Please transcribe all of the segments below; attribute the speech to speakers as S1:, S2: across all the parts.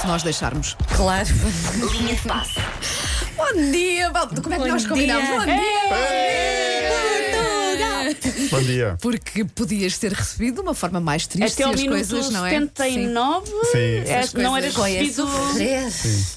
S1: se nós deixarmos.
S2: Claro.
S3: Linha de passe.
S1: Bom dia, Val- como é que
S2: Bom
S1: nós combinamos?
S2: dia.
S1: Bom
S4: É.
S1: dia!
S5: Bom dia.
S1: Porque podias ser recebido de uma forma mais triste
S4: Até ao
S1: se as
S4: minuto
S1: coisas, não é? Sim.
S4: 79,
S5: Sim.
S4: é,
S1: Essas
S4: não
S1: coisas.
S4: era
S2: Foi a
S4: recebido.
S2: sofrer.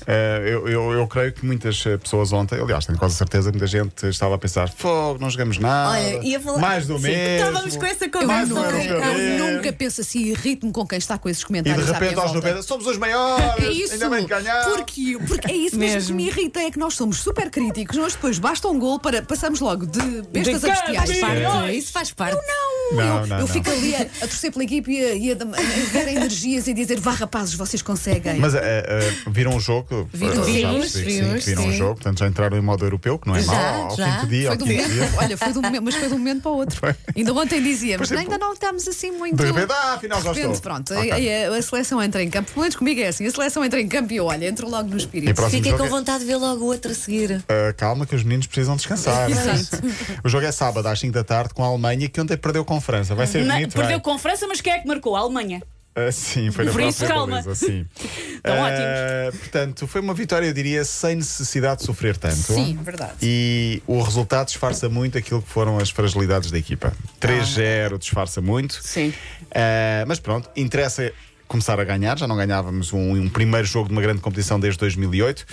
S5: Eh, eu, eu, eu creio que muitas eh, pessoas ontem, aliás, tenho quase certeza, muita gente estava a pensar: fogo, não jogamos nada.
S2: Olha, ia falar-
S5: Mais do
S2: Sim.
S5: mesmo.
S2: Estávamos com essa
S1: Eu,
S5: Mais
S2: conversa.
S5: um
S1: nunca,
S5: euro para
S1: eu
S5: ver.
S1: nunca penso assim e irrito-me com quem está com esses
S5: E de
S1: comentários. à
S5: repente
S1: minha
S5: aos
S1: volta.
S5: 90, somos os maiores,
S1: É isso.
S5: ainda bem que ganhamos.
S1: Porque, porque é isso mesmo, que
S4: Mesmo.
S1: me irrita, é que nós somos super críticos, mas depois basta um gol para passamos logo de bestas a
S4: De
S1: bestiais.
S4: campeões.
S1: Faz parte.
S2: Isso faz parte.
S1: Não,
S5: Não,
S1: eu,
S5: não,
S1: eu
S5: não.
S1: fico ali a, a torcer pela equipe e a, e a dam- a dar energias e dizer vá rapazes, vocês conseguem.
S5: Mas eh, eh, viram o jogo?
S1: Vimos,
S5: Eh, já
S2: vimos,
S5: percebi que
S2: vimos,
S5: Sim, que viram o
S2: sim.
S5: jogo, portanto já entraram em modo europeu, que não é
S2: Já,
S5: mau, ao
S2: já.
S5: quinto dia,
S1: foi
S5: ao
S1: do
S5: quinto dia.
S1: momento, olha, foi do momento, mas foi de um momento para o outro.
S5: Foi.
S1: Ainda ontem dizíamos,
S5: Por exemplo,
S1: ainda não estamos assim muito.
S5: De repente, ah, afinal já
S1: De repente,
S5: estou.
S1: pronto,
S5: Ok.
S1: a, a- a seleção entra em campo, pelo menos comigo é assim, a seleção entra em campo e eu, olha, entro logo no
S5: E
S1: espírito.
S5: próximo
S2: Fiquei
S5: jogo
S2: com
S5: é-
S2: vontade de ver logo o outro a seguir.
S5: Uh, calma que os meninos precisam descansar.
S1: Exato.
S5: o jogo é sábado às 5 da tarde com a Alemanha que ontem perdeu com a França. Vai ser
S4: Na-
S5: bonito.
S4: perdeu
S5: vai.
S4: com a França, mas quem é que marcou? A Alemanha.
S5: Uh, sim, foi na
S4: Por isso,
S5: própria
S4: calma.
S5: baliza, sim.
S4: Estão
S5: Uh,
S4: ótimos.
S5: Portanto, foi uma vitória, eu diria, sem necessidade de sofrer tanto.
S1: Sim, verdade.
S5: E o resultado disfarça muito aquilo que foram as fragilidades da equipa. 3-0 disfarça muito.
S4: Ah. Sim.
S5: Uh, mas pronto, interessa começar a ganhar. Já não ganhávamos um, um primeiro jogo de uma grande competição desde 2008.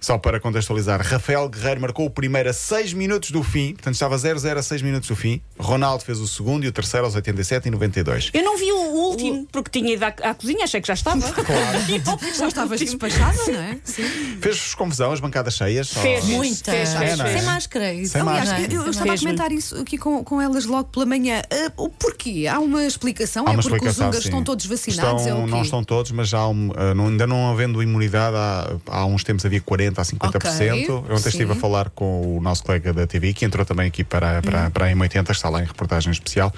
S5: Só para contextualizar, Rafael Guerreiro marcou o primeiro a 6 minutos do fim. Portanto, estava 0-0 a 6 minutos do fim. Ronaldo fez o segundo e o terceiro aos 87 e 92.
S4: Eu não vi o último, porque tinha ido à, à cozinha, achei que já estava. oh,
S1: Já estavas
S4: tipo,
S1: despachada, não é? Sim.
S5: Fez-vos confusão as bancadas cheias?
S4: Fez.
S5: Ou-
S2: Muita.
S4: fez, fez,
S5: fez.
S2: Sem máscara. isso.
S5: Sem
S1: Aliás,
S2: não
S5: máscara.
S2: é?
S1: eu, eu estava a
S4: Mesmo.
S1: comentar isso aqui com, com elas logo pela manhã. Ah, o porquê? Há uma explicação?
S5: Há
S1: é
S5: uma
S1: porque os
S5: explicação,
S1: húngaros
S5: sim.
S1: estão todos vacinados?
S5: Estão-
S1: é o quê?
S5: não estão todos, mas já há um- ah, não- ainda não havendo imunidade, há, há uns tempos havia 40% a 50%.
S1: Ok,
S5: Eu Ontem estive a
S1: sim.
S5: falar com o nosso colega da TV, que entrou também aqui para, para,
S1: Hum.
S5: para a M80, que está lá em reportagem especial,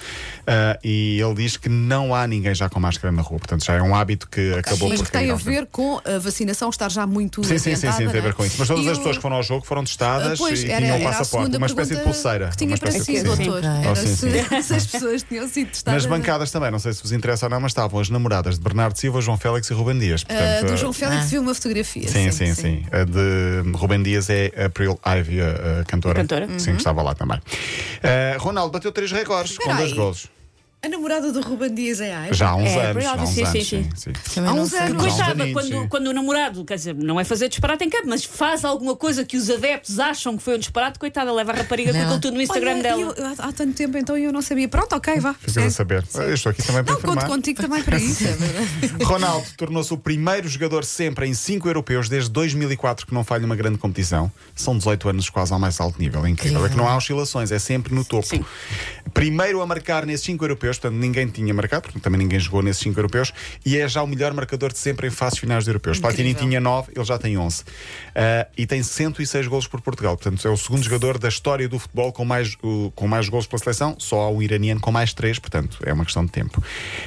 S5: ah, e ele diz que não há ninguém já com máscara na rua. Portanto, já é um hábito que acabou
S1: Mas
S5: por
S1: que tem
S5: cair
S1: a
S5: aos tempos.
S1: ver com a vacinação estar já muito
S5: Sim, sim, sim,
S1: adiantada,
S5: sim, tem a
S1: não é?
S5: ver com isso. Mas todas
S1: E
S5: as
S1: o-
S5: pessoas que foram ao jogo foram
S1: Ah,
S5: testadas
S1: pois,
S5: e
S1: era,
S5: tinham um
S1: era a
S5: passaporte,
S1: segunda
S5: uma espécie de
S1: pergunta
S5: pulseira.
S1: Que tinha
S5: uma
S1: para
S5: espécie
S1: si,
S5: de pulseira.
S1: doutor.
S2: Sim.
S1: Era
S5: Oh, sim,
S1: se, se as pessoas tinham sido testadas.
S5: Nas bancadas também, não sei se vos interessa ou não, mas estavam as namoradas de Bernardo Silva, João Félix e Ruben Dias.
S1: Ah,
S5: Portanto,
S1: do
S5: ah,
S1: João Félix viu uma fotografia.
S5: Sim, sim, sim. A de Rubem Dias é April Ivy, a, a cantora.
S4: Cantora.
S1: Uhum.
S5: Sim, que estava lá também. Eh, Ronaldo bateu três recordes
S1: Espera
S5: com dois
S1: aí.
S5: golos.
S1: A namorada do Ruben Dias é a Ivy?
S5: Já há uns
S4: É,
S5: anos.
S4: Avril
S5: Já há
S4: Lavigne,
S5: uns
S4: sim,
S5: anos.
S4: sim,
S5: Sim, sim.
S2: Também
S1: Há
S2: não
S1: uns
S2: sei.
S1: anos.
S5: Coitado.
S4: Coitada,
S5: Sim, sim.
S4: quando, quando o namorado, quer dizer, não é fazer disparate em campo, mas faz alguma coisa que os adeptos acham que foi um disparate, coitada, leva a rapariga
S2: Não.
S4: com aquilo tudo no Instagram
S1: Olha,
S4: dela.
S1: eu- eu- há, há tanto tempo então eu não sabia. Pronto, ok, vá.
S5: Ficas a
S1: Segue.
S5: saber. Eu estou aqui também para
S1: Não, conto
S5: informar.
S1: contigo também para isso, é verdade.
S5: Ronaldo tornou-se o primeiro jogador sempre em cinco europeus desde 2004 que não falha uma grande competição. São 18 anos quase ao mais alto nível. É incrível. É que não há oscilações, é sempre no topo.
S4: Sim.
S5: Primeiro a marcar nesses cinco europeus, portanto ninguém tinha marcado, porque também ninguém jogou nesses cinco europeus, e é já o melhor marcador de sempre em fases finais de europeus. Platini tinha 9, ele já tem 11. Ah, e tem 106 golos por Portugal. Portanto, é o segundo jogador da história do futebol com mais, o- com mais golos pela seleção, só há um iraniano com mais 3, portanto é uma questão de tempo.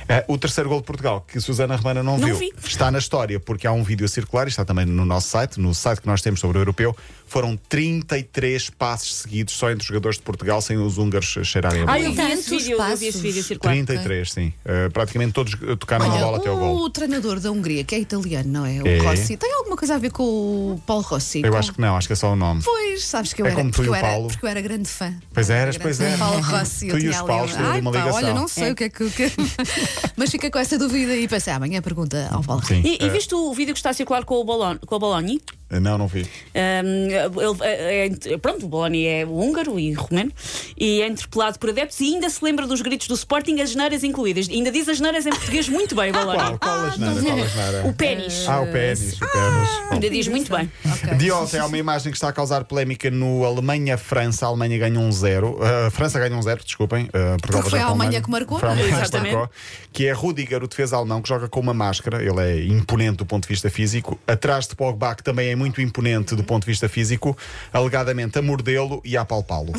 S5: Ah, o terceiro gol de Portugal, que Susana Romana não,
S4: Não
S5: viu,
S4: vi.
S5: está na história, porque há um vídeo a circular, e está também no nosso site, no site que nós temos sobre o europeu, foram 33 passes seguidos só entre os jogadores de Portugal, sem os húngaros cheirarem a bola.
S4: Ah, eu vi
S2: Tantos
S4: esse vídeo, eu vi
S2: passos.
S4: esse vídeo circular.
S5: 33, sim. Uh, praticamente todos uh, tocaram na
S1: Olha,
S5: bola até ao
S1: o
S5: gol.
S1: treinador da Hungria, que é italiano, não é? O
S5: É.
S1: Rossi. Tem alguma coisa a ver com o Paulo Rossi?
S5: Eu
S1: Com-
S5: acho que não, acho que é só o nome.
S1: Pois, sabes que eu,
S5: É
S1: era,
S5: como tu
S1: porque
S5: e o
S1: eu era-
S5: Paulo.
S1: porque eu era grande fã.
S5: Pois
S1: Eu era
S5: eras,
S1: grande
S5: pois
S1: fã de
S5: é.
S1: Paulo Rossi, eu
S5: Tu e
S1: tinha
S5: os
S1: ali
S5: Paulos
S1: um-
S5: têm ali
S1: Ai,
S5: uma
S1: pá, Olha,
S5: ligação.
S1: não sei o que é que. o que- Mas fica com essa dúvida e pensei, amanhã pergunta ao Paulo.
S5: Sim. é.
S4: E, e viste o vídeo que está a circular com o Bolon- com o Bologna?
S5: Uh, não, não vi.
S4: Um, ele, é, é- pronto, o Boloni é húngaro e romeno e é interpelado por adeptos e ainda se lembra dos gritos do Sporting, as neiras incluídas. Ainda diz as neiras em português muito bem, Boloni.
S5: Ah, Qual? Qual asneira? Qual asneira?
S4: Ah, O pênis. Ah,
S5: Ah, o pênis. O pênis.
S4: Ainda diz muito bem.
S1: Ok.
S5: De ontem há uma imagem que está a causar polémica no Alemanha-França. A Alemanha ganhou um zero. Uh, a França ganhou um zero, desculpem. Uh, Portugal
S1: Porque foi
S5: bateu
S1: a
S5: com
S1: Alemanha que marcou,
S5: Foi a
S1: não é?
S5: Alemanha que
S4: Exatamente.
S5: marcou. Que é Rudiger, o defesa alemão, que joga com uma máscara. Ele é imponente do ponto de vista físico. Atrás de Pogba, que também é muito imponente do ponto de vista físico. Alegadamente a mordê-lo e a apalpá-lo.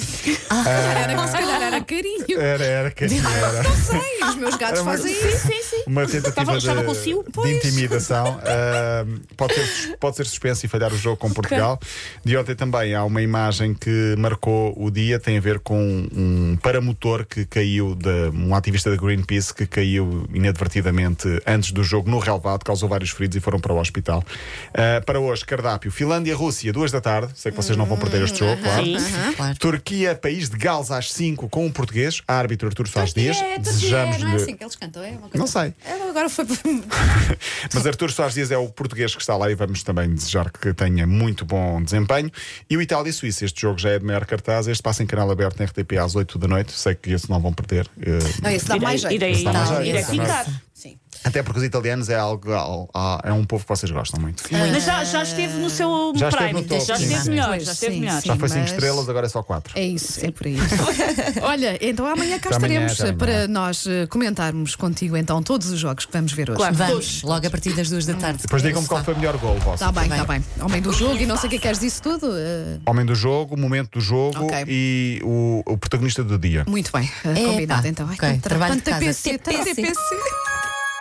S1: Era, se calhar era
S2: Era carinho.
S5: Era, era, quem era.
S1: Não sei, os meus gatos
S5: Era uma-
S1: fazem
S4: Sim,
S1: isso.
S4: sim, sim.
S5: Uma tentativa
S4: Estava-
S5: de,
S4: estava com o Sil?
S5: de
S4: Pois.
S5: intimidação. Ahm, pode, ser, pode ser suspenso e falhar o jogo com Portugal. De ontem também há uma imagem que marcou o dia, tem a ver com um paramotor que caiu, de, um ativista da Greenpeace que caiu inadvertidamente antes do jogo no relvado, causou vários feridos e foram para o hospital. Ah, para hoje, cardápio: Finlândia, Rússia, duas da tarde. Sei que vocês não vão perder este
S1: Hum,
S5: jogo, claro.
S4: Sim.
S2: Claro.
S5: Turquia, país de Gales às 5 com o português, árbitro Artur Soares
S1: Turquia,
S5: Dias.
S1: Turquia,
S5: Desejamos-lhe.
S1: Não é assim que eles cantam, é uma coisa.
S5: Não sei.
S1: É, Agora foi.
S5: Mas Artur Soares Dias é o português que está lá e vamos também desejar que tenha muito bom desempenho. E o Itália e Suíça, este jogo já é de maior cartaz. Este passa em canal aberto na RTP às 8 da noite. Sei que esse não vão perder. eh,
S1: Não, esse dá mais
S4: Irei,
S1: jeito.
S4: irei,
S1: Esse dá mais
S5: jeito,
S4: irei
S5: esse dá mais
S4: ficar.
S1: Sim.
S5: Até porque os italianos é algo al- a- é um povo que vocês gostam muito.
S4: Mas já, já esteve no seu
S5: Já esteve
S4: prime.
S5: no topo,
S4: já
S5: sim,
S4: esteve
S5: sim.
S4: melhor,
S2: Pois,
S4: já esteve
S2: sim,
S4: melhor.
S2: sim.
S5: Já foi 5
S2: mas-
S5: estrelas, agora é só 4.
S2: É isso, é por aí. Olha, então amanhã cá
S5: Até amanhã,
S1: Estaremos
S5: até
S1: eh,
S5: amanhã.
S1: para nós eh, comentarmos contigo então todos os jogos que vamos ver hoje.
S4: Claro.
S2: Vamos, logo a partir das duas da tarde.
S5: Depois digam-me qual foi o melhor gol vosso.
S2: Tá
S1: Está Tá bem, está bem. Homem do jogo e não sei o que é que queres disso tudo. eh,
S5: Homem do jogo, momento do jogo
S1: Ok.
S5: e o, o protagonista do dia.
S1: muito bem, eh,
S2: Epa,
S1: combinado então. Ai,
S2: ok.
S1: tanta-
S2: Trabalho de
S1: tanta
S2: casa.
S1: PC, tanta
S2: TPC.
S1: PC.